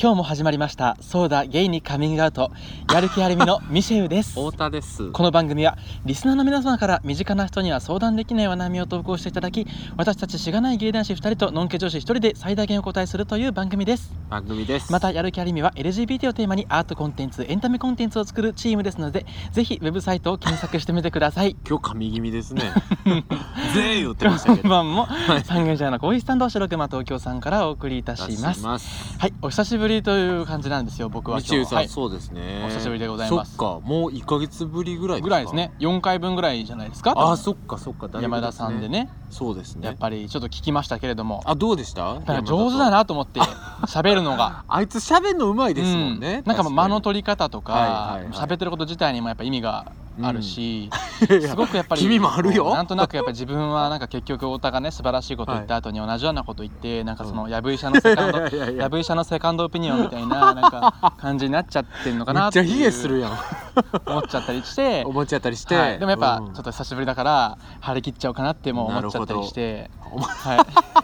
今日も始まりましたそうだゲイにカミングアウトやる気ありみの ミシェウです太田です。この番組はリスナーの皆様から身近な人には相談できないお悩みを投稿していただき私たちしがない芸男子2人とのんけ女子1人で最大限お答えするという番組です番組です。またやる気ありみは LGBT をテーマにアートコンテンツエンタメコンテンツを作るチームですのでぜひウェブサイトを検索してみてください今日神気味です ね。全員言ってましたこけんど。ばんも三軒茶屋のコーヒースタンド白熊東京さんからお送りいたしますます。はいお久しぶりという感じなんですよ僕はみ今ち日ゆさん、はいそうですね。お久しぶりでございまそすっか、もう一ヶ月ぶりぐらいですか。ぐらいです。ね4回分ぐらいじゃないですかあ、そっかそっか。だいぶ山田さんで。ねそうですね。やっぱりちょっと聞きましたけれどもあ、どうでした？なんか上手だな。なと 思って喋るのがあいつ喋るの上手いですもんうね。んなんかもう間のと取り方とはかいはいはい喋ってること自体にもやっぱ意味があるし、りすごくやっぱり君もあるよなんとなくやっぱり自分はなんか結局太田がね素晴らしいこと言った後に同じようなこと言ってなんかそのやぶ医者のセカン ドいやいやいややぶ医者のセカンドオピニオンみたいななんか感じになっちゃってんのかめなっってちゃいうヒゲするやん。思っちゃったりして思っちゃったりして。はい、でもやっぱうんちょっと久しぶりだから張り切っちゃおうかなってもうな思るっちゃほったどりして、思はい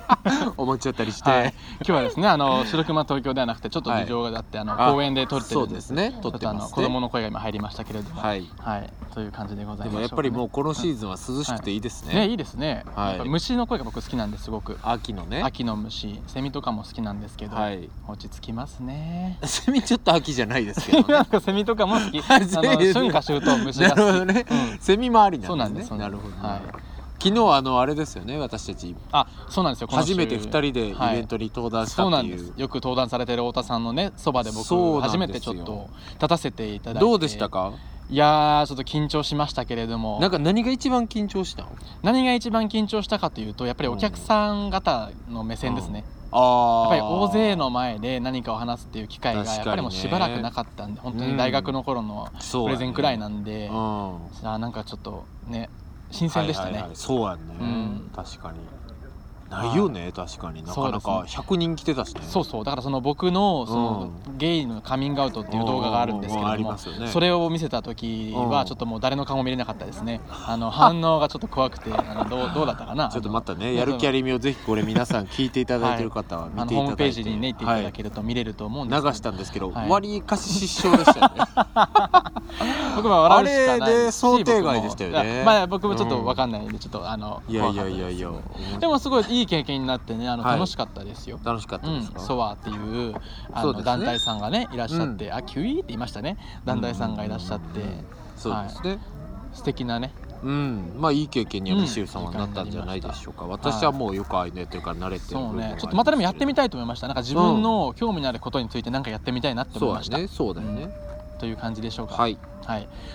思っちゃったりして。はい、今日はですねあの白熊東京ではなくてちょっと事情があって、ああの公園で撮ってそるうんでですね。ち撮ょっってとあまのすね。子供の声が今入りましたけれどもはい、はい。という感じでごでざいますもやっぱりもうこのシーズンは涼しくていいですね。ねいいですね、はいやっぱ虫の声が僕好きなんですごく秋のね。秋の虫セミとかも好きなんですけど、はい。 落ち着きますねセミちょっと秋じゃないですけどね。 なんかセミとかも 好きああそうのいう春夏秋冬虫ながるほど好きねうん。セミ回りそうななんんでですすね。そうななんるですほどね。はい昨日あのあれですよね。私たちあそうなんですよこの週初めて二人でイベントに登壇したそうなっんていですう。よく登壇されてる太田さんのねそばでそ僕うな初んですよめてちょっと立たせていただいてどうでしたか。いやーちょっと緊張しましたけれどもなんか何が一番緊張したの？何が一番緊張したかというとやっぱりお客さん方の目線ですね、あやっあ。ぱり大勢の前で何かを話すっていう機会が確かにねやっぱりもうしばらくなかったんで本当に大学の頃のそうやねプレゼンくらいなんで、うん。あーなんかちょっとね新鮮でしたはね、いはいはいそうやんねうん。確かに。ないよね確かになかなそうかで100人来てたしね。そうそうだからその僕のその、ゲイのカミングアウトっていう動画があるんですけうんうんうんありれどもますよねそれを見せた時はちょっともう誰の顔も見れなかったで すねあの反応がちょっと怖くてあのどうどうだったかなちょっとまたあねのやる気ありみをぜひこれ皆さん聞いていただいてる方はあ見のていホーただムペーいてジにね行っていただけると見れると思うんです流けしたんですけど、はいわりかし失笑でしたよねど僕は笑うしかないあれでし想定外でしたよね僕もいやまあ僕もちょっと分かんないんでちょっとあのいやいやいやいや怖かったですでもすごいいい経験になってねあのはい楽しかったですよ楽しかったですうか、ん、ソワっていうあそうのですね団体さんがねいらっしゃって、あキュイーって言いましたね団体さんがいらっしゃって、そうですね、素敵なねうんまあいい経験にはうんミシウさんはなったんじゃないでしょうか、た私はもうよくああいうねというか慣れてるそ部う分はありすけれねどちょっとまたでもやってみたいと思いましたなんか自分の興味のあることについて何かやってみたいなって思そいうましだた、ねそうだよね、という感じでしょうか、はいい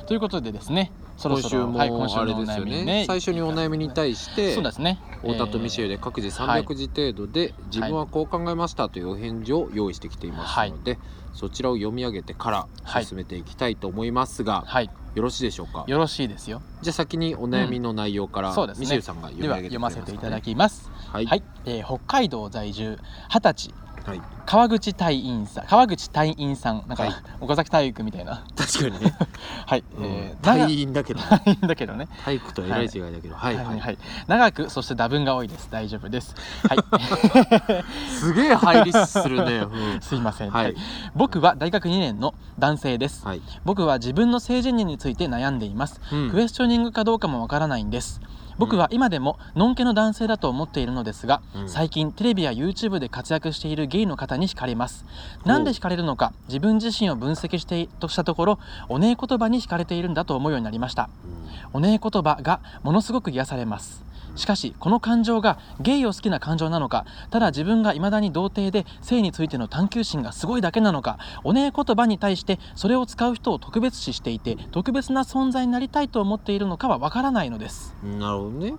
ということでですねそろ今そ週ろもはい、今週のあおれです悩よみねに最初にお悩みに対してそうですね太田とミシェルで各自300字程度で自分はこう考えましたというお返事を用意してきていますので、そちらを読み上げてから進めていきたいと思いますが、えーはいよろしいでしょうかよろしいですよじゃあ先にお悩みの内容から、うんそうですねミシェルさんが読でみは上げてく読れまますせかねていただきますははいい、えー北海道在住二十歳はい川口隊員さん川口隊員さんなんか、はい岡崎体育みたいな確かにね、はい、 えー、長隊 い員だけどんだけどね体育とはえらい違いだけどはい、ははいいはい、長くそして打分が多いです大丈夫です はいすげえ入りするね、うんすいません、は はいい、僕は大学2年の男性です、はい、僕は自分の性自認について悩んでいます、うんクエスチョニングかどうかもわからないんです僕は今でものんけの男性だと思っているのですが、うん最近テレビや YouTube で活躍しているゲイの方に惹かれますなんで惹かれるのか自分自身を分析してとしたところおねえ言葉に惹かれているんだと思うようになりましたおねえ言葉がものすごく癒されますしかしこの感情がゲイを好きな感情なのかただ自分が未だに童貞で性についての探求心がすごいだけなのかおねえ言葉に対してそれを使う人を特別視していて特別な存在になりたいと思っているのかはわからないのです、うんなるほどね、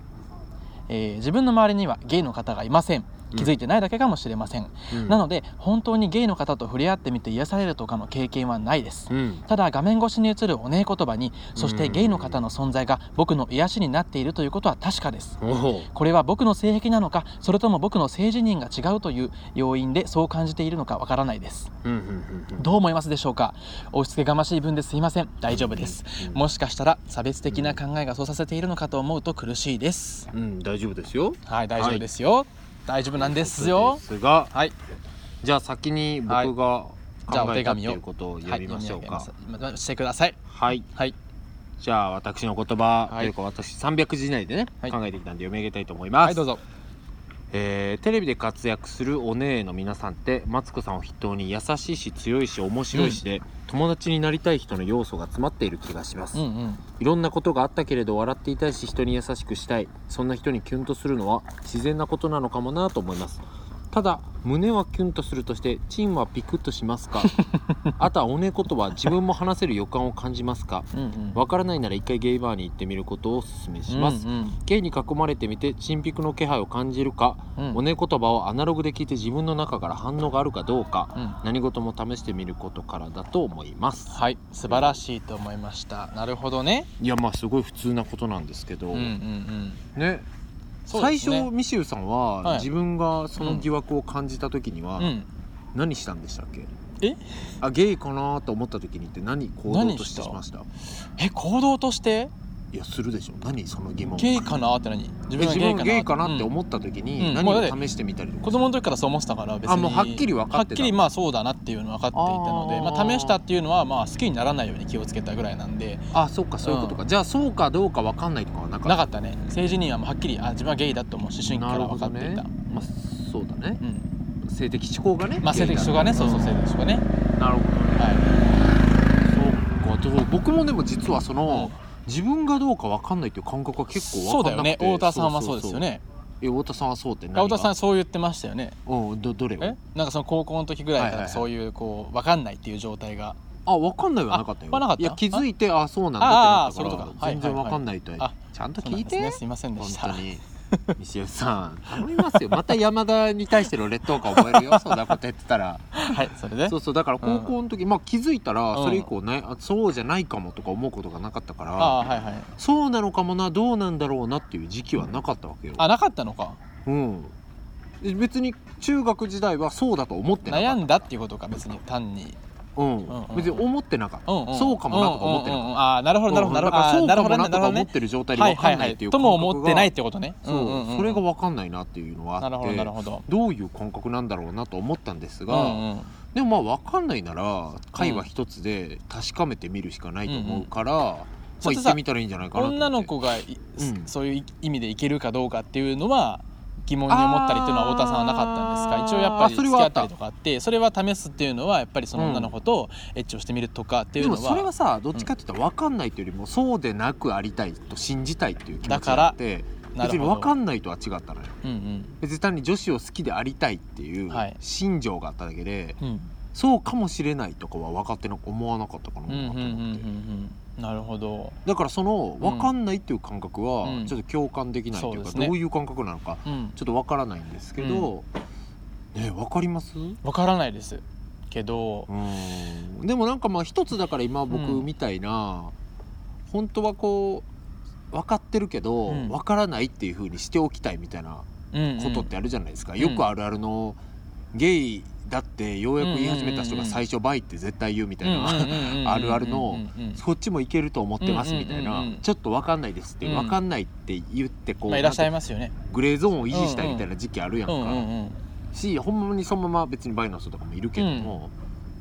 えー自分の周りにはゲイの方がいません気づいてないだけかもしれません、なので、で本当にゲイの方と触れ合ってみて癒されるとかの経験はないですうん、ただ画面越しに映るおねえ言葉にそしてゲイの方の存在が僕の癒しになっているということは確かですおおこれは僕の性癖なのかそれとも僕の性自認が違うという要因でそう感じているのかわからないですうんうんうんうんどう思いますでしょうか押し付けがましい分ですいません大丈夫ですうんもしかしたら差別的な考えがそうさせているのかと思うと苦しいですうん大丈夫ですよはい大丈夫ですよ、大丈夫なんですよですがはいじゃあ先に僕がじゃあ考おえ手たって紙をいうことを読みましょうかはい、読み上げますしてくださいはいはいじゃあ私の言葉はいというか私300字以内でねはい考えてきたんで読み上げたいと思いはまいすどうぞえーテレビで活躍するお姉の皆さんってマツコさんを筆頭に優しいし強いし面白いしで、友達になりたい人の要素が詰まっている気がします、うんうんいろんなことがあったけれど笑っていたいし人に優しくしたいそんな人にキュンとするのは自然なことなのかもなと思いますただ胸はキュンとするとしてチンはピクッとします かあとはおねことは自分も話せる予感を感じますかうんうんわからないなら一回ゲイバーに行ってみることをお勧めします、うんゲイに囲まれてみてチンピクの気配を感じるかうんうんおね言葉をアナログで聞いて自分の中から反応があるかどうかうん何事も試してみることからだと思いますはい素晴らしいと思いましたなるほどねいやまあすごい普通なことなんですけど、うんうんうんねそう最です初ねミシューさんは、はい自分がその疑惑を感じた時には、うん何したんでしたっけえあゲイかなと思った時にって何行動として何したしましたえ行動としていやするでしょ何その疑問ゲイかなって何自え分が自分がゲゲイイかかななってうん思った時うにん何もうだをっ試してみたりとか、子供の時からそう思ってたから別にあもうはっきり分かはっってたきりまあそうだなっていうのは分かっていたのあでーまあ、試したっていうのはまあ好きにならないように気をつけたぐらいなんであそうかそういうことか、じゃあそうかどうか分かんないとかはなかったなかったね性自認はもうはっきりあ自分はゲイだと思う思春期から分かっていなた、るほどねまあそうだねうん性的指向がねまあ性的障害ねそうそう性的障害ねなるほどねはそうかそう僕もでも実はそい、うのん、自分がどうか分かんないっていう感覚は結構そ分うだかんよなくてね太田さんはそうですよねえ太田さんはそうって何が太田さんそう言ってましたよねうんどどれえをなんかその高校の時ぐらいはいかはいはらいそういうこう分かんないっていう状態があ分かんないはなかったよあはなかったいや気づいてあそうなんあだあってなったそかういうことらか全然はいは分いはいかんないとはあちゃんとそうな聞んいですてねすいませんで本した当に西吉さん頼みますよまた山田に対しての劣等感覚える よそんなこと言ってたらはいそれでそうそうだから高校の時まあ気づいたらうんそれ以降ねあそうじゃないかもとか思うことがなかったからああーはいはいそうなのかもなどうなんだろうなっていう時期はなかったわけよあなかったのかうんで別に中学時代はそうだと思ってなか悩っんだっていうことか別に単にた、うんうんうん別に思ってなかった、んんそうかもなとか思ってなかった、うんうんうんああなるほどなるほどなるだほからどあそーうなかるほもどなねとかなるほど思っねてる状態ではい分はかいんなはいっていいうと感も覚が思ってないってことねそう,、んんんそれが分かんないなっていうのはあってなるほどなるほどどういう感覚なんだろうなと思ったんですうが、んうんでもまあ分かんないなら会話一つで確かめてみるしかないと思うから、まあそれ行とっさてみたらいいんじゃないかなと思って女の子がいうんそういう意味でいけるかどうかっていうのは疑問に思ったりっていうのは太田さんはなかったんですかあー一応やっぱりあそれ付はきあ合っったたりとかあってそれは試すっていうのはやっぱりその女の子とエッチをしてみるとかっていうでのもそれははさどっちかって言ったら分かんないというよりもそうでなくありたいと信じたいっていう気持だちかがあらってな別るにほ分どかんないとは違ったのようん別に単に女子を好きでありたいっていうはい心情があっただけで、うんうんそうかもしれないとかは分かってなく思わなかったかなうとんうんうんうん思ってうんなるほどだからその分かんないっていう感覚うはんちょっと共感できないというそうでかすねどういう感覚なのかうんちょっと分からないんですけどね分かりますわからないですけどうんでもなんかまあ一つだから今僕うんみたいな本当はこう分かってるけどうん分からないっていうふうにしておきたいみたいなうんことってあるじゃないですか、んよくあるあるのゲイだってようやく言い始めた人うんうんうんうがん最初バイって絶対言うみたうんいな、 うんうんうんうんうんあるあるのうんうんうんこっちもいけると思ってますみたいな、うんうんうんうんちょっと分かんないですってうん分かんないって言ってこう、まあいらっしゃいなんますよねかグレーゾーンを維持したいみたいな時期あるやんうか、んうんうんしほんまにそのまま別にバイの人とかもいるけども、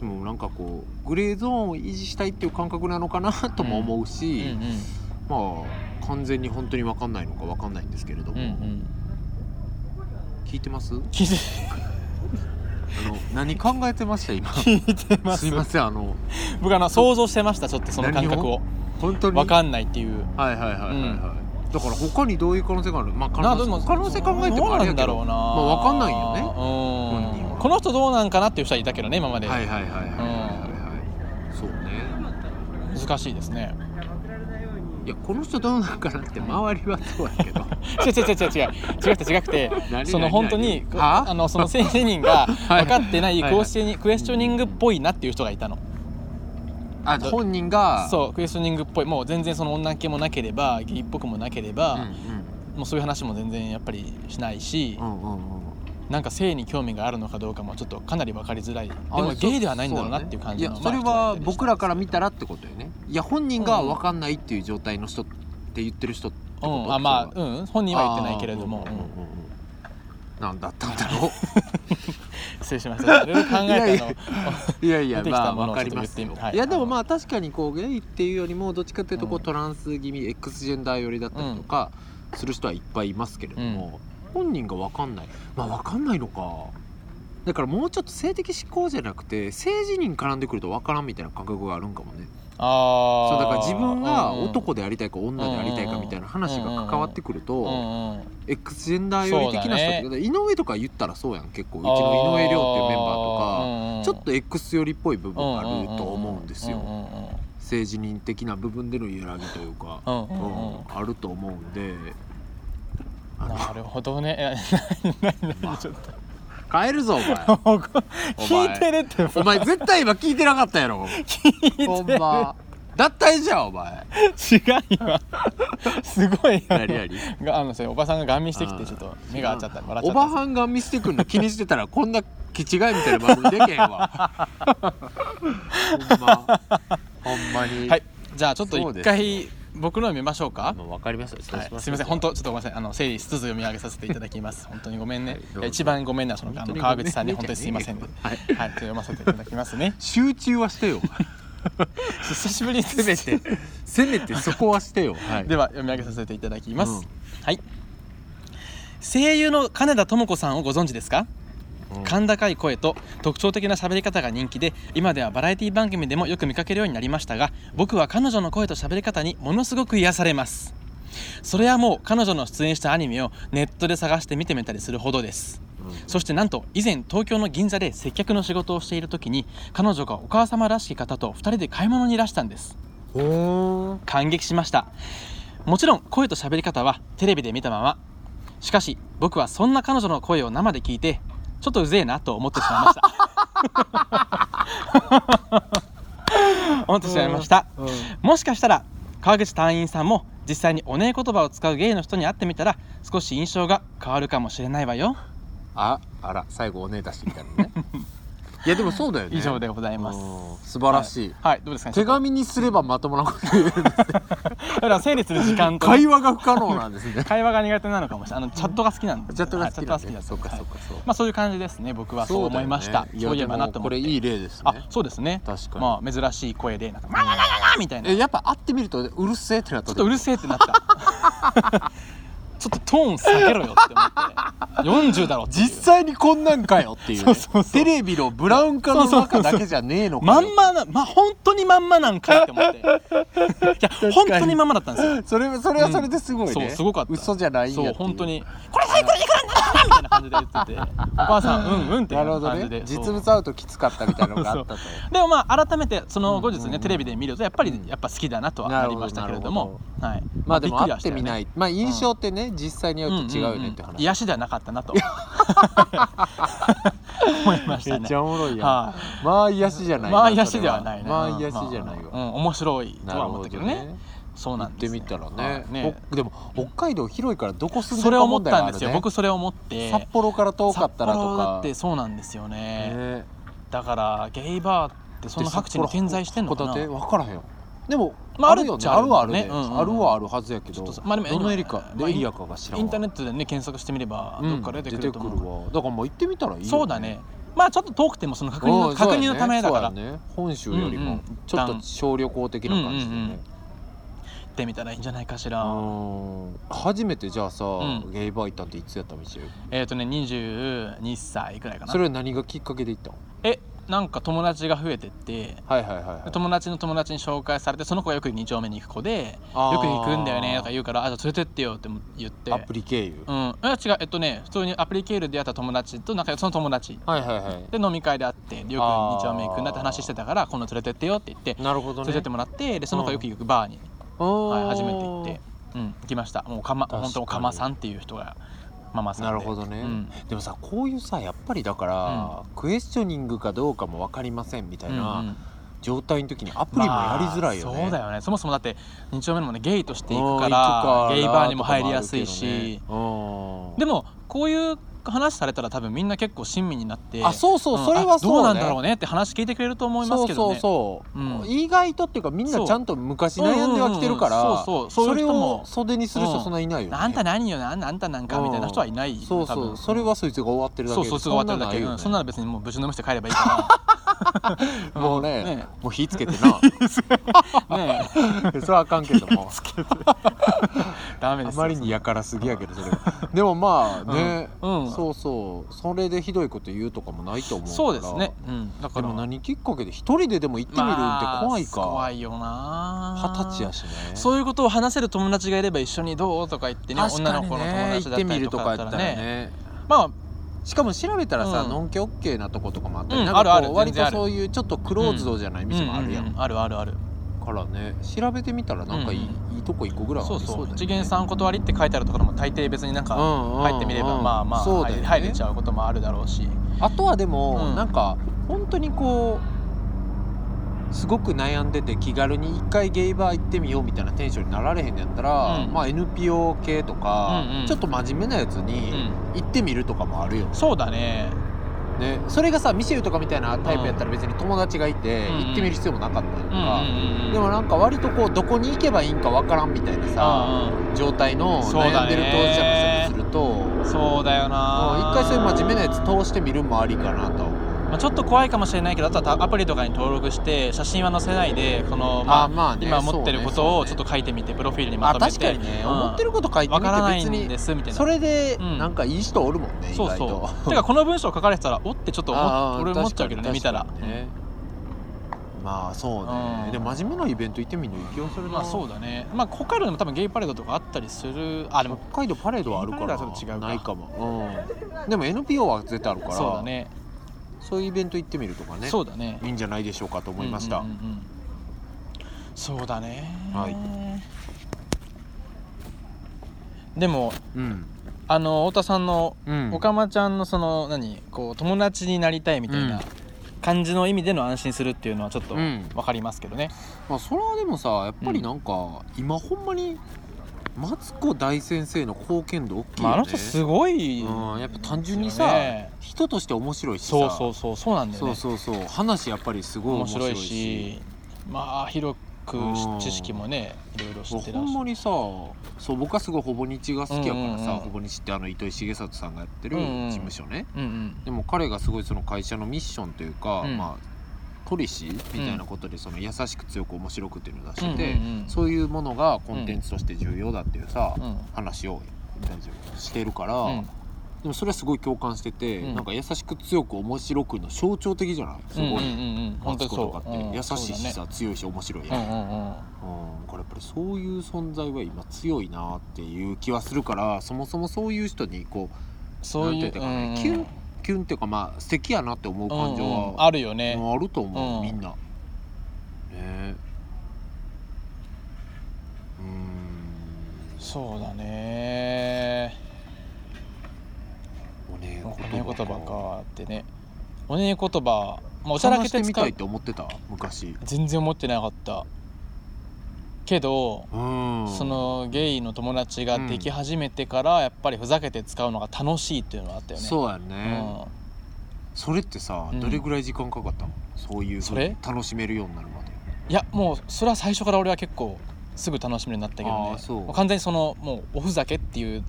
でもなんかこうグレーゾーンを維持したいっていう感覚なのかなとも思ううんし、うんまあ完全に本当に分かんないのか分かんないんですけれどうも、んうん聞いてます気づあの何考えてました今聞いてますいませんあの僕あの想像してましたちょっとその感覚を本当に分かんないっていうはいはいはいはいはい、だから他にどういう可能性があるまあ可な能で性も可能性考えてもあれやけどどうなんだろうなまあわかんないよね本う人んはこの人どうなんかなっていう人はいたけどね今まで、はいはいはいはいはいはい、そうね難しいですね いやこの人どうなんかなって周りはそうやけ ど違う違う違う違う違う違くて違くて何その何本当に何はあのその性自認 がい分かってないはいはいクエスチョニングクエスチョニングっぽいなっていう人がいたのあ本人がう、そうクエスチョニングっぽいもう全然その女系もなければゲイっぽくもなけれうんうば、ん、もうそういう話も全然やっぱりしないし、うんうんうんなんか性に興味があるのかどうかもちょっとかなり分かりづらいでもゲイではないんだろうなっていう感じのいやそれまあは僕らから見たらってことよねいや本人がうん分かんないっていう状態の人って言ってる人ってこうと、ん、あまあ、うん、本人は言ってないけれども、あーうんうんうんうんなんだったんだろう失礼しましたいろいろ考いやえいたやのをいやいや出てきまたあものわをかちょっりまと言っすてよみはいいやでもまあ確かにこうゲイっていうよりもどっちかっていうとこう、うんトランス気味 X ジェンダー寄りだったりとかする人はいっぱいいますけれども、本人が分かんないまあ分かんないのかだからもうちょっと性的思考じゃなくて性自認絡んでくると分からんみたいな感覚があるんかもねあそうあだから自分が男でありたいか女でありたいかみたいな話が関わってくると、をうんうん、 X ジェンダー寄り的な人ってそう井上とか言ったらそうやん結構うちの井上亮っていうメンバーとか。ーちょっと X 寄りっぽい部分があると思うんですうんうよんうん政治人的な部分での揺らぎというか、うんううんうんん、あると思うんであのなるほどね。いやななな ちょっ帰るぞお前ともうこ聞いてるってお前絶対今聞いてなかったやろほんま脱退じゃんお前違いは すごいあの何何があのそれおばさんが顔見してきあてーちょっと目が合っちゃった笑っおちゃったばはんが見せてくるの気にしてたらこんな気違いみたいな番組でけへんわほんまほんまにはいじゃあちょっとそう一です回僕の見ましょうかもう分かりましたはい、すみません本当ちょっとごめんなさいあの整理しつつ読み上げさせていただきます 本当にごめんね、はいどうぞいや一番ごめんなそのあ本当のに川口さんに本ご当めんねにすいませんねははいい、はい、ちょっと読ませていただきますね集中はしてよ 久しぶりですせめてせめてそこはしてよ、はいでは読み上げさせていただきます、うんはい声優の金田智子さんをご存知ですかうん甲高い声と特徴的な喋り方が人気で今ではバラエティ番組でもよく見かけるようになりましたが僕は彼女の声と喋り方にものすごく癒されますそれはもう彼女の出演したアニメをネットで探して見てみたりするほどですそしてなんと以前東京の銀座で接客の仕事をしている時に彼女がお母様らしき方と2人で買い物にいらしたんですほー感激しましたもちろん声と喋り方はテレビで見たまましかし僕はそんな彼女の声を生で聞いてちょっとうぜえなと思ってしまいました 思ってしまいましたうんもしかしたら川口隊員さんも実際におねえ言葉を使うゲイの人に会ってみたら少し印象が変わるかもしれないわよああら最後お姉出してきたの ねいやでもそうだよね以上でございますうん素晴らしい、はい、どうですかね手ちょっ紙にすればまともなこと 言えるとだから整理する時間と会話が不可能なんですね会話が苦手なのかもしれないあのチャットが好きなんでチャットが好はきいだ、チャットが好きね、ですそうかはいそうかそうまあそういう感じですね僕はそう思いましたそう,、いえばなと思こってれいい例ですねあそうですね確かに、まあ珍しい声でなんか「まあまあまあまあまあみたいなちえやっぱ会ってみるとうるせえってなったょっとうるせえってなった ちょっとトーン下げろよって思って40だろっていう実際にこんなんかよっていう,、ね、そうそうそうテレビのブラウン化のそうそう中そうだけじゃねえのかよまんまなまあ本当にまんまなんかいって 思っていや本当にまんまだったんですよそれそれはそれですごいね、そうすごかった嘘じゃないんやっていそうう本当に「これ最高にいくらになった!」みたいな感じで言っててお母さん「うんうん」っていなうるほど感じでねそう実物会うときつかったみたいなのがあったとでもまあ改めてその後日ね、うんうんうんテレビで見るとやっぱり、うんやっぱ好きだなとはなりましたけれどもはいまあでもびく会りはっしたてよみねないまあ印象ってね実際に会うと違うよねってんんん話癒しではなかっ たなと思いましたねゃおもろいんはまあ癒しじゃいないなまあ癒しではないねまあ癒しじゃないうんわうん面白いとなるは思っほたけどどねねそう行なっんでてすよみたらねはいねほでも北海道広いからどこ住んでそるれかを思問っ題はたんあでるすよ、ね僕それを思って札幌から遠かったらと札幌だかってそうなんですよねねだからゲイバーってその各地に点在してんのかな函館分からへんよでもまああるよあるっねちゃあるはあるあでるよねうんうんうんあるはあるはずやけちどょっとさまあでもどのエリカまあエリアかが知らんインターネットでね検索してみればどっかで出てくると思う、うん出てくるわだからもう行ってみたらいいよそうだねまあちょっと遠くてもその確認のうん確認のためだから、そうやねそうやね本州よりうんもうんちょっと小旅行的な感じでうんうんうんね行ってみたらいいんじゃないかしうら、ん初めてじゃあさんゲイバー行ったっていつやったみちえっ、とね22歳ぐらいかなそれは何がきっかけで行ったのえなんか友達が増えてってはいはいはいはい友達の友達に紹介されてその子がよく2丁目に行く子であーよく行くんだよねとか言うからあじゃあ連れてってよって言ってアプリ経由うんいや違うえっとね普通にアプリ経由で出会った友達と仲良その友達はいはいはいで飲み会で会ってよく2丁目行くんだって話してたから今度連れてってよって言ってなるほどね連れてってもらってでその子がよく行くバーにはい、初めて行って、うん、行きましたもうかま確かに本当おかまさんっていう人がママさんなでるほどね、うんでもさこういうさやっぱりだから、クエスチョニングかどうかも分かりませんみたいうんうなん状態の時にアプリもやりづらいよね、まあそうだよねそもそもだって2丁目のもねゲイとしていうん行くかくらからゲイバーにも入りやすいし、とかもあるけどねうんでもこういう話されたら多分みんな結構親身になってあそうそう、んそれはあそう、ね、どうなんだろうねって話聞いてくれると思いますけどねそうそうそう、うん意外とっていうかみんなちゃんと昔悩んではきてるから、うんうんうんそうそうそういうれ人もを袖にする人うんそんないないよね、あんた何よなあんあんたなんかみたいな人はいないよねそう多そ分うそれはそいつが終わってるだけそうそうすぐ終わってるだけそんなのないようんねそんなの別にもうぶちのめして帰ればいいかなもうねもう火つけて な ねねそれはあかんけども ダメであすまりにやからすぎやけどそれ はでもまあね、うんうんそうそうそれでひどいこと言うとかもないと思うからそうですねうんだかでらも何きっかけで一人ででも行ってみるって怖いか、まあ怖いよな二十歳やしねそういうことを話せる友達がいれば一緒にどうとか言ってね確かにね女の子の友達だったりとかだったらねねまあしかも調べたらさ、うんのんけオッケーなとことかもあったり、うんなんかこうあるある割全然あとそるういうちょっとクローズドじゃない店もあるやん、うううあるあるあるからね調べてみたらなんかいい,、いいとこ一個ぐらいはあそりうそうだそようね一元さんお断りって書いてあるところも大抵別になんか入入ってみればまあまあそうだよ、入ね、れ入れちゃうこともあるだろうしあとはでも、うんなんか本当にこうすごく悩んでて気軽に一回ゲイバー行ってみようみたいなテンションになられへんのやったら、うんまあ NPO 系とか、うんうんちょっと真面目なやつうにん行ってみるとかもあるよそうだねねそれがさミシェルとかみたいなタイプやったら別に友達がいて、うんうん行ってみる必要もなかったりとうんうか、んうんでもなんか割とこうどこに行けばいいんかわからんみたいなさ、うん状態のそう悩だんでねる当事者の人にすると。うんそうだようんな一回そういう真面目なやつ通してみるもありかなとは思うまあ、ちょっと怖いかもしれないけどあとはたアプリとかに登録して写真は載せないでこの、まああまあね今持ってることをちょっとそうね書いてみてプロフィールにあまとめ確かてにね、うん思ってること書いてわからないみて別んにですみたいなそれでうんなんかいい人おるもんね、意そう外とそうてかこの文章書かれてたらおってちょっと思っあー俺思っちゃうけどね見確たからに、ねまあそうね、うんでも真面目なイベント行ってみるの行きよすうるんな、まあそうだねまあ北海道でも多分ゲイパレードとかあったりするあでも北海道パレードはあるかパレらードはちょっと違うかないかも、うん、でも NPO は絶対あるからそうだねそういうイベント行ってみるとかねそうだねいいんじゃないでしょうかと思いました、うんうんうんうんそうだねはいでもうんあの太田さんのうんおかまちゃんのその何こう友達になりたいみたいうんな感じの意味での安心するっていうのはちょっとうんわかりますけどね、まあ、それはでもさやっぱりなんか、今ほんまにマツコ大先生の貢献度大きいよね、まあ、あの人すごい、うんやっぱ単純にさ、ね人として面白いしさそうそうそうそうなんだよそねうそうそう話やっぱりすごい面面白白いいししまあ広くうん知識もねいろいろ知もうってほらっんしゃまるにさそう僕はすごいほぼ日が好きやからさ、うんうんうんほぼ日ってあの糸井重里さんがやってるうんうん事務所ね、うんうんでも彼がすごいその会社のミッションというか、うんまあポリシーみたいなことでその優しく強く面白くっていうのを出してて、うんうんうんそういうものがコンテンツとして重要だっていうさ、うん話を大丈夫してるから、うんでもそれはすごい共感してて、うんなんか優しく強く面白くの象徴的じゃないすごい、うんうんうんうんマ本当ツにコそとうかって、うん優しいしさ、そ強いし面白いうやだん、ねうんうんうんうんこれやっぱりそういう存在は今強いなっていう気はするからそもそもそういう人にこうそういなんうていうかねうんうんキュンキュンっていうかまあ素敵やなって思う感情うんうんはあるよね、もうあると思う、うんみんなねえうーんそうだねおねえおね言言葉葉かかってねおね言葉まあおおちゃらけしててみ使たういって思ってた昔全然思ってなかったけど、うんそのゲイの友達ができ始めてから、やっぱりふざけて使うのが楽しいっていうのがあったよねそうやうね、それってさうんどれぐらい時間かかったの、そういうそれ楽しめるようになるまでんいやもうそれは最初から俺は結構すぐ楽しめるようになったけどあねーそうもう完全にそのもうおふざけっていう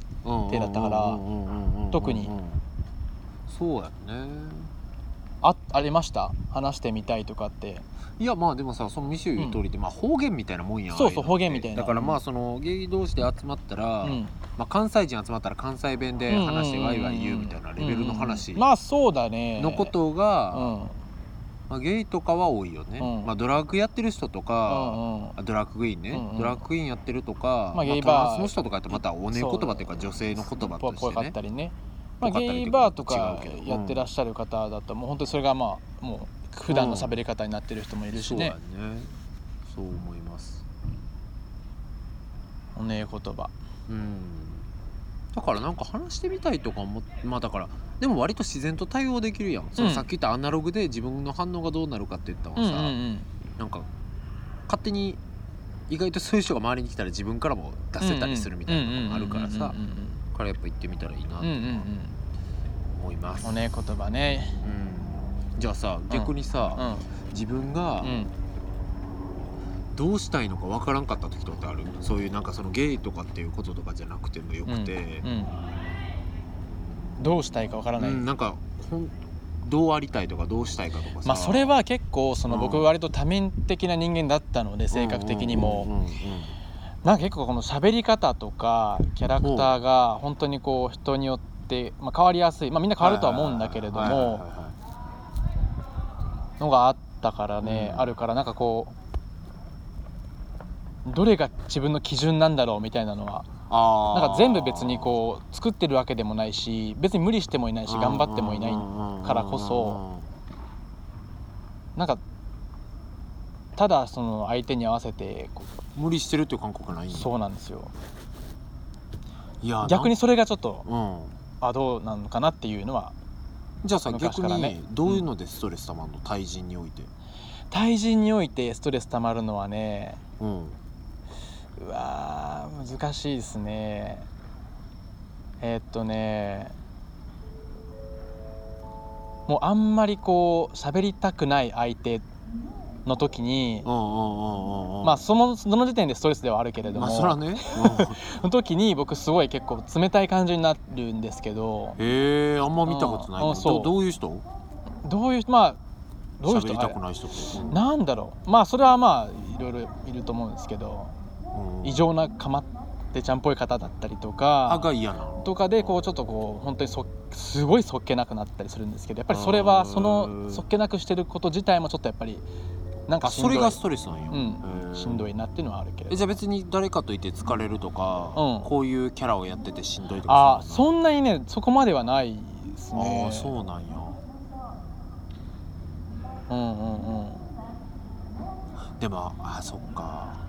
手だったからうんうんうんうんうんうん特にそうやねあありました話してみたいとかっていやまあでもさそのミシュー言う通りで、まあ方言みたいなもんやんそうそうああいのって方言みたいなだからまあそのゲイ同士で集まったら、うんまあ、関西人集まったら関西弁で話してワイワイ言うみたいなレベルのう話んまあそうだねのことうが、んまあ、ゲイとかは多いよね、うんまあ、ドラッグやってる人とか、うんうんあドラッグクイーンね、うんうんドラッグクイーンやってるとか、まあゲイトラバーンスの人とかやってまたおねえ言そう葉っていうか女性の言葉とぽしてかっねたりね、まあ、ぽかったりとゲいうかイバーとか違うけどやってらっしゃる方だともう本当にそれがまあもう普段の喋り方になってる人もいるしそうやねね、そう思いますおねえ言葉うんだからなんか話してみたいとかもまあだからでも割と自然と対応できるやん、そのさっき言ったアナログで自分の反応がどうなるかって言ったのうんうはさ、んうんなんか勝手に意外とそういう人が周りに来たら自分からも出せたりするみたいなのもあるからさうんうんからやっぱ行ってみたらいいなとうんうんうんうん思いますおねえ言葉ねうんじゃあさ逆にさ、うん自分がうんどうしたいのかわからんかった時とかってあるそういうなんかそのゲイとかっていうこととかじゃなくてもよくて、うんどうしたいかわからない、うんなんかほんどうありたいとかどうしたいかとかさまあそれは結構そのうん僕割と多面的な人間だったので性格的にも、うんうんうんうんなんか結構この喋り方とかキャラクターが本当にこう人によって、まあ、変わりやすい、まあ、みんな変わるとは思うんだけれどはいはいはいもはのがあったからね、うんあるからなんかこうどれが自分の基準なんだろうみたいなのはいあーなんか全部別にこう作ってるわけでもないし別に無理してもいないし頑張ってもいないからこそなんかただその相手に合わせてこう無理してるっていう感覚ないんだそうなんですよいや逆になんそれがちょっとうんあどうなのかなっていうのはじゃあさ昔逆からねにどういうのでストレスたまんの対人において対人においてストレスたまるのはねうんうわー難しいですねえーっとねもうあんまりこう喋りたくない相手の時にうんうんうんうんうんまあそのその時点でストレスではあるけれどまも、あそら ねその時に僕すごい結構冷たい感じになるんですけどうんへえあんま見たことないうんどうんそうどういう人どういうまあどういう喋人りかたくない人ってなんだろうまあそれはまあいろいろいると思うんですけどうん異常なかまってちゃんっぽい方だったりとあかが嫌なのとかでこうちょっとこう本当にそすごいそっけなくなったりするんですけどやっぱりそれはそのそっけなくしてること自体もちょっとやっぱりなんかあしんどそいれがストレスなんやうへん、えしんどいなっていうのはあるけれえどじゃあ別に誰かといて疲れるとか、うんこういうキャラをやっててしんどいとかあそんなにねそこまではないでうすなんやねあーそうなんやうんうんうんでもあそっか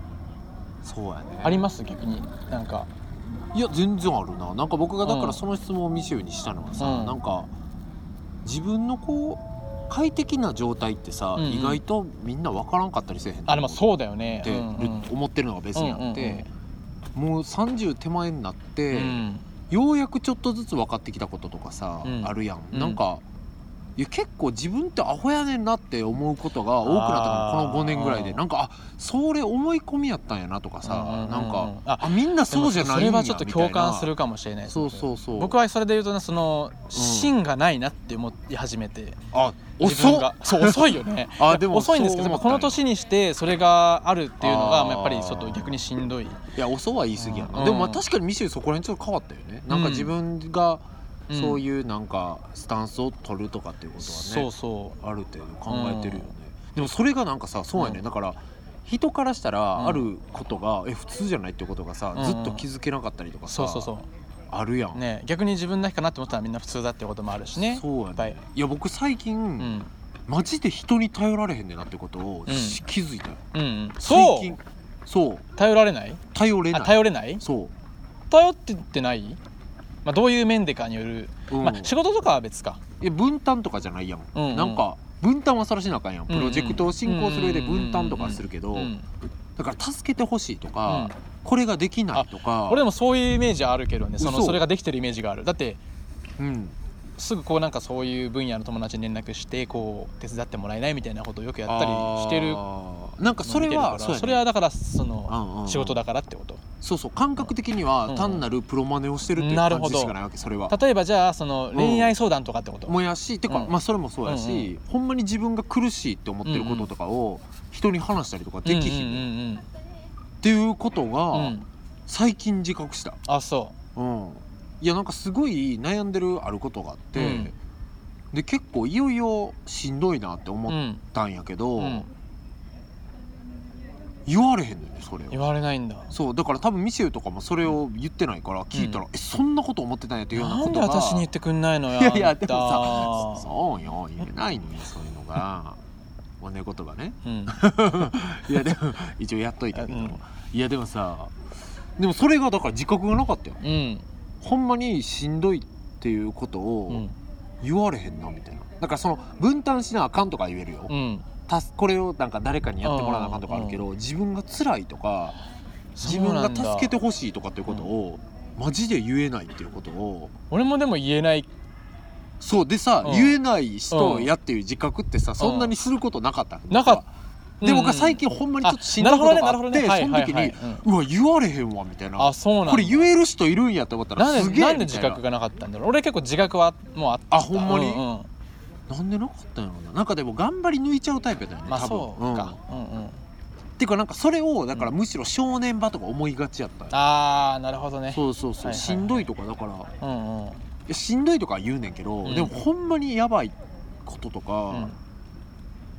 そうやねあります逆になんかいや全然あるななんか僕がだかうんらその質問をミシェルにしたのはさ、うんなんか自分のこう快適な状態ってさ、うんうん意外とみんな分からんかったりせえへんあでもそうだよねって思ってるのがベースにあって、もう30手前になって、うんようやくちょっとずつ分かってきたこととかさ、うんあるやん、うんなんかいや結構自分ってアホやねんなって思うことが多くなったかあーもこの5年ぐらいでうんなんかあそれ思い込みやったんやなとかさ、うんうんうんなんかああみんなそうじゃないんやそれはちょっと共感すみるかもしれたいないなですそねうそうそう僕はそれで言うとねその芯がないなって思い始めてあ自分遅っがそう 遅いよねあ でも遅いんですけどそう思ったこの年にしてそれがあるっていうのがあーやっぱりちょっと逆にしんどいいや遅は言い過ぎやな、うんでもまあ確かにミシェルそこら辺ちょっと変わったよねなんか自分がうんそういうなんかスタンスを取るとかっていうことはね、そうそある程度考えてるよね、でもそれがなんかさそうやね、うんだから人からしたうんらあることが、え普通じゃないってことがさ、うんずっと気づけなかったりとかうさそうそうそあるやんうね逆に自分だけかなって思ったらみんな普通だってこともあるしねそうやいっぱいねいや僕最近、うんマジで人に頼られへんねんなってことを、うんし気づいたようんうん最そ近うそう頼られない頼れなあい頼れないそ頼ってってない、まあ、どういう面でかによる、う、うんまあ、仕事とかは別かいや分担とかじゃないやん、うんうんなんか分担はさらしなあかんやんうプんうんロジェクトを進行する上で分担とかするけどだから助けてほしいとか、これができないとか俺でもそういうイメージはあるけどねその嘘それができてるイメージがあるだってうんすぐこうなんかそういう分野の友達に連絡してこう手伝ってもらえないみたいなことをよくやったりしてるのをあーなんか見てそれるからはそうやねそれはだからそのうんうんうん仕事だからってことそうそう感覚的にうんうはん単なるプロマネをしてるっていうなる感ほどじしかないわけそれは例えばじゃあそのん恋愛相談とかってこと、もやしてか、うんまあそれもそうやし、ほんまに自分が苦しいって思ってることとかを人に話したりとかできひん,、うんうんっていうことうんうんうがん最近自覚したあそうんいやなんかすごい悩んでるあることがあって、うんで結構いよいよしんどいなってう、う思っんたんやけど、うん、言われへんのよねそれを言われないんだそうだから多分ミシェルとかもそれを言ってないから聞いたら、うえそんなこと思ってたんやっていうようななこんでとが私に言ってくんないのよいやいあやんでたもさそうよ言えないのよそういうの がおね言葉ねうんいやでも一応やっといたけど、うんいやでもさでもそれがだから自覚がなかったようんほんまにしんどいっていうことうをん言われへんなみたいなだからその分担しなあかんとか言えるよ、うんたすこれをなんか誰かにやってもらわなあかんとかあるけど、自分が辛いとか自分が助けててほしいとかっていうことをマジで言えないっていうことを俺もでも言えないそうでさ、うん言えない人やっていう自覚ってさ、そんなにすることなかったなかっで僕は最近近ほんまにちょあっと死んだことがあなるほっどて、ねなるほどねはいその時に、はいはいうわ言われへんわみたいなあそうなんだこれ言える人いるんやと思ったらなんすでげなえんでみた自い覚ながなかったんだろう俺結構自覚はもうあったあほんまにううんなんでなかったんやろななんかでも頑張り抜いちゃうタイプだよねまあ多分そうか、うんうん、うんっていうかなんかそれをだからむしろ正念場とか思いがちやったんやああなるほどねそうそうそう、はいはいはいしんどいとかだからいうんうんやしんどいとかは言うねんけど、うんでもほんまにやばいこととうかん、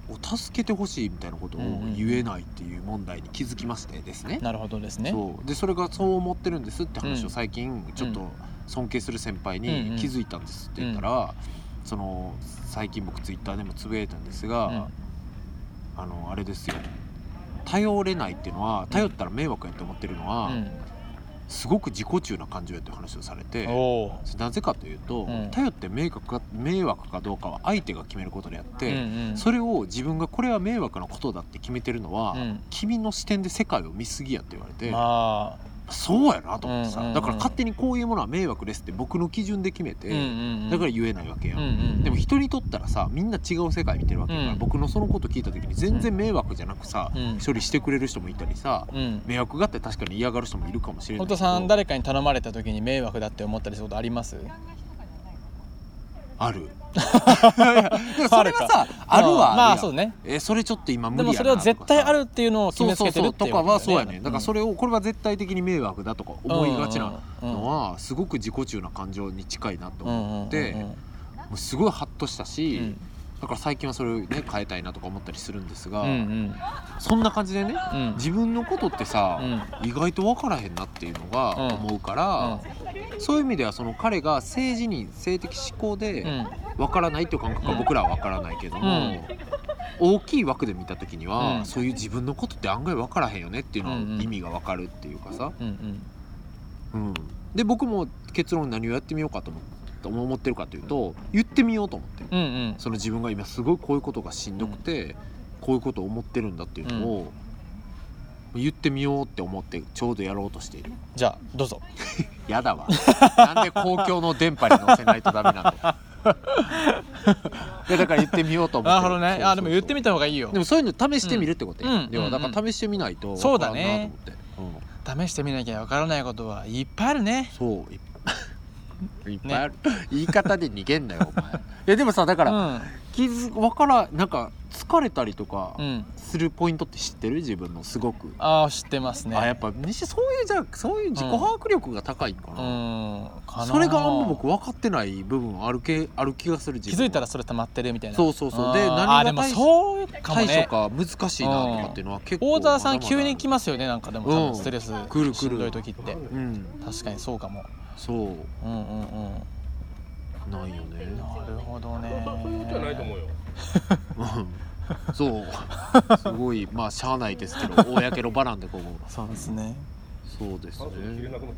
を助けてほしいみたいなことを言えないっていう問題に気づきましてですね、なるほどですねそうでそれがそう思ってるんですって話うをん最近ちょっと尊敬する先輩うんうにん気づいたんですって言ったら、その最近僕ツイッターでもつぶやいたんですが、うんあのあれですよ頼れないっていうのは頼ったら迷惑やって思ってるのは、うすごく自己中な感情やって話をされてん、おおなぜかというと、うん頼って迷惑か迷惑かどうかは相手が決めることであっうて、んうん、それを自分がこれは迷惑なことだって決めてるのは、うん君の視点で世界を見すぎやって言われて、まあそうやなと思ってさ、うんうんうんだから勝手にこういうものは迷惑ですって僕の基準で決めて、うんうんうんだから言えないわけや、、うんうんん、でも人にとったらさみんな違う世界見てるわけやから、うん僕のそのこと聞いた時に全然迷惑じゃなくさ、うん処理してくれる人もいたりさうん迷惑があって確かに嫌がる人もいるかもしれない本けど当さん誰かに頼まれた時に迷惑だって思ったりすることありますあるい やでもそれはさあるはあるやん、まあそうねえそれちょっと今無で理やなもとかさそれは絶対あるっていうのを決そうめつそうけてそるうってというかことはよそうやねだからそれをこれは絶対的に迷惑だとか思いがちなのはすごく自己中な感情に近いなとうんうんうん思ってうんうんもうすごいハッとしたうし、んだから最近はそれをね変えたいなとか思ったりするんですが、うんうんそんな感じでねうん自分のことってさ、意外と分からへんなっていうのがうん思うから、そういう意味ではその彼が性自認性的思考で、うんうんわからないという感覚は僕らはわからないけども、大きい枠で見た時には、うんそういう自分のことって案外わからへんよねっていうのはうんうん意味がわかるっていうかさ、うんうんうんで僕も結論何をやってみようかと思と思ってるかというと言ってみようと思ってるうんうんその自分が今すごいこういうことがしんどくて、こういうことを思ってるんだっていうのを、言ってみようって思ってちょうどやろうとしているじゃあどうぞやだわなんで公共の電波に乗せないとダメな のいやだから言ってみようと思ってなるほどねあでも言ってみたた方がいいよでもそういうの試してみるってことや、うんうんでうはんうだんから試してみないとわそうからだんなと思ねって試してみなきゃわからないことはいっぱいあるねうんそういっ いっぱいある、言い方で逃げんなよお前いやでもさだから、気づわからなんか疲れたりとかうんうんするポイントって知ってる自分のすごく、ああ知ってますねあやっぱ西そういうじゃそういう自己把握力が高いんかうな、んかなそれがあんま僕分かってない部分あるけある気がする自気分づいたらそれ溜まってるみたいなそうそうそうであー何があーでも対処そうかも対ね処か難しいなとかっていうのは結構大沢さんまだまだ急に来ますよねなんかでもうん多分ストレスくるくるしんどい時ってうん確かにそうかもそううんうんうんないよねなるほどねそういうことはないと思うよ。うん そうすごいまあしゃあないですけど公の場なんでここそうですねそうです酸素切れねなくなっ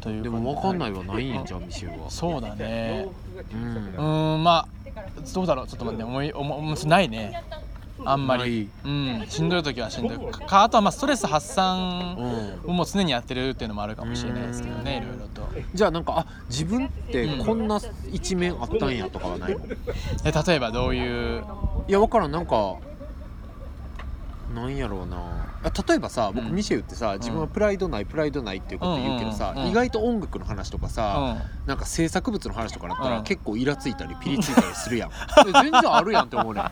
た。というでことも分かんないはないんやじゃあミシェルはそうだね洋服が小さくうなるーんまあどうだろうちょっと待って思い思い思いないねあんまりりうんしんどい時はしんどいかかあとはまあストレス発散うんをもう常にやってるっていうのもあるかもしれないですけどねいろいろとじゃあなんかあ自分ってこんな一面あったんやとかはないのえ例えばどういういや分からんなんかなんやろうなあ例えばさ僕うんミシェルってさ自分はプライドないプライドないっていうこと言うけどさうんうんうんうん意外と音楽の話とかうさんなんか制作物の話とかだったうらん結構イラついたりピリついたりするやんいや全然あるやんって思うね ん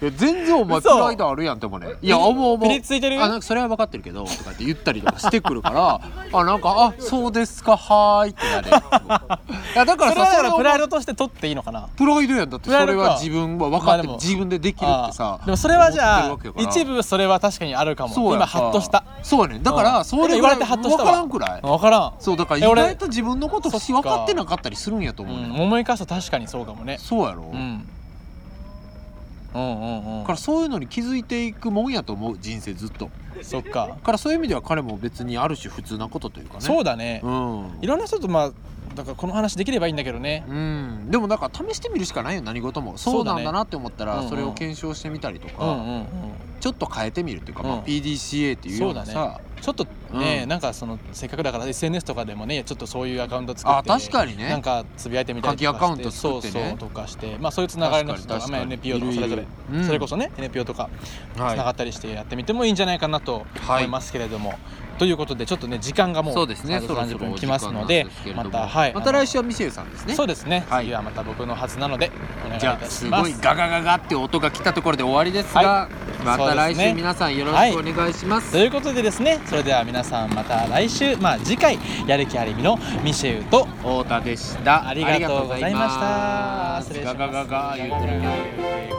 いや全然お前プ嘘ライドあるやんって思うねんいや思う思うピリついてるあなんかそれは分かってるけどとかって言ったりとかしてくるからあなんかあそうですかはーいってな れるいやだからそれさはだからをプライドとして取っていいのかなプライドやんだってプラそイドれかは自分は分かっまあてでるも自分でできるってさあーでもそれはじゃ思あってるわけやから一部それは確かにあるかもそうやん今かハッとしたそうやねんだからうんそれでも言われてハッとしたわ分からんくらい分からんそうだから意え俺外と自分のことそっしか分かってなかったりするんやとう思うねんん思い返すと確かにそうかもねそうやろ、うんうんうんうんだからそういうのに気づいていくもんやと思う人生ずっとだそっかからそういう意味では彼も別にある種普通なことというかねそうだねうんいろんな人とまあだからこの話できればいいんだけどねうん、でもなんか試してみるしかないよ何事もそそううなだんねだなって思ったうんらうんそれを検証してみたりとうか、んうんうんちょっと変えてみるっていうか、まうあ、ん PDCA っていうようなそうださ、ちちょっとね、うんなんかそのせっかくだから SNS とかでもねちょっとそういうアカウント作ってあ確かにねなんかつぶやいてみたりとかして鍵アカウント作ってねそうそうとかしてまあそういうつながりの人とか確まかあに NPO とかそれぞれうんそれこそね NPO とかつはないがったりしてやってみてもいいんじゃないかなとはい思いますけれども、ということでちょっとね時間がもうそうですね30そろそろ分おき時ま間すなのんでですけれどまもたはいまた来週はミシェルさんですねそうですね、はい次はまた僕のはずなのでお願いいじゃあたしすまごすいガガガガって音が来たところで終わりですが、はまた来そうですね週皆さんよろしくお願いします、ということでですねそれでは皆さんまた来週まあ次回やる気ありみのミシェウと太田でしたありがとうございましたありがとうございます失礼しますガガガガ言うてるけど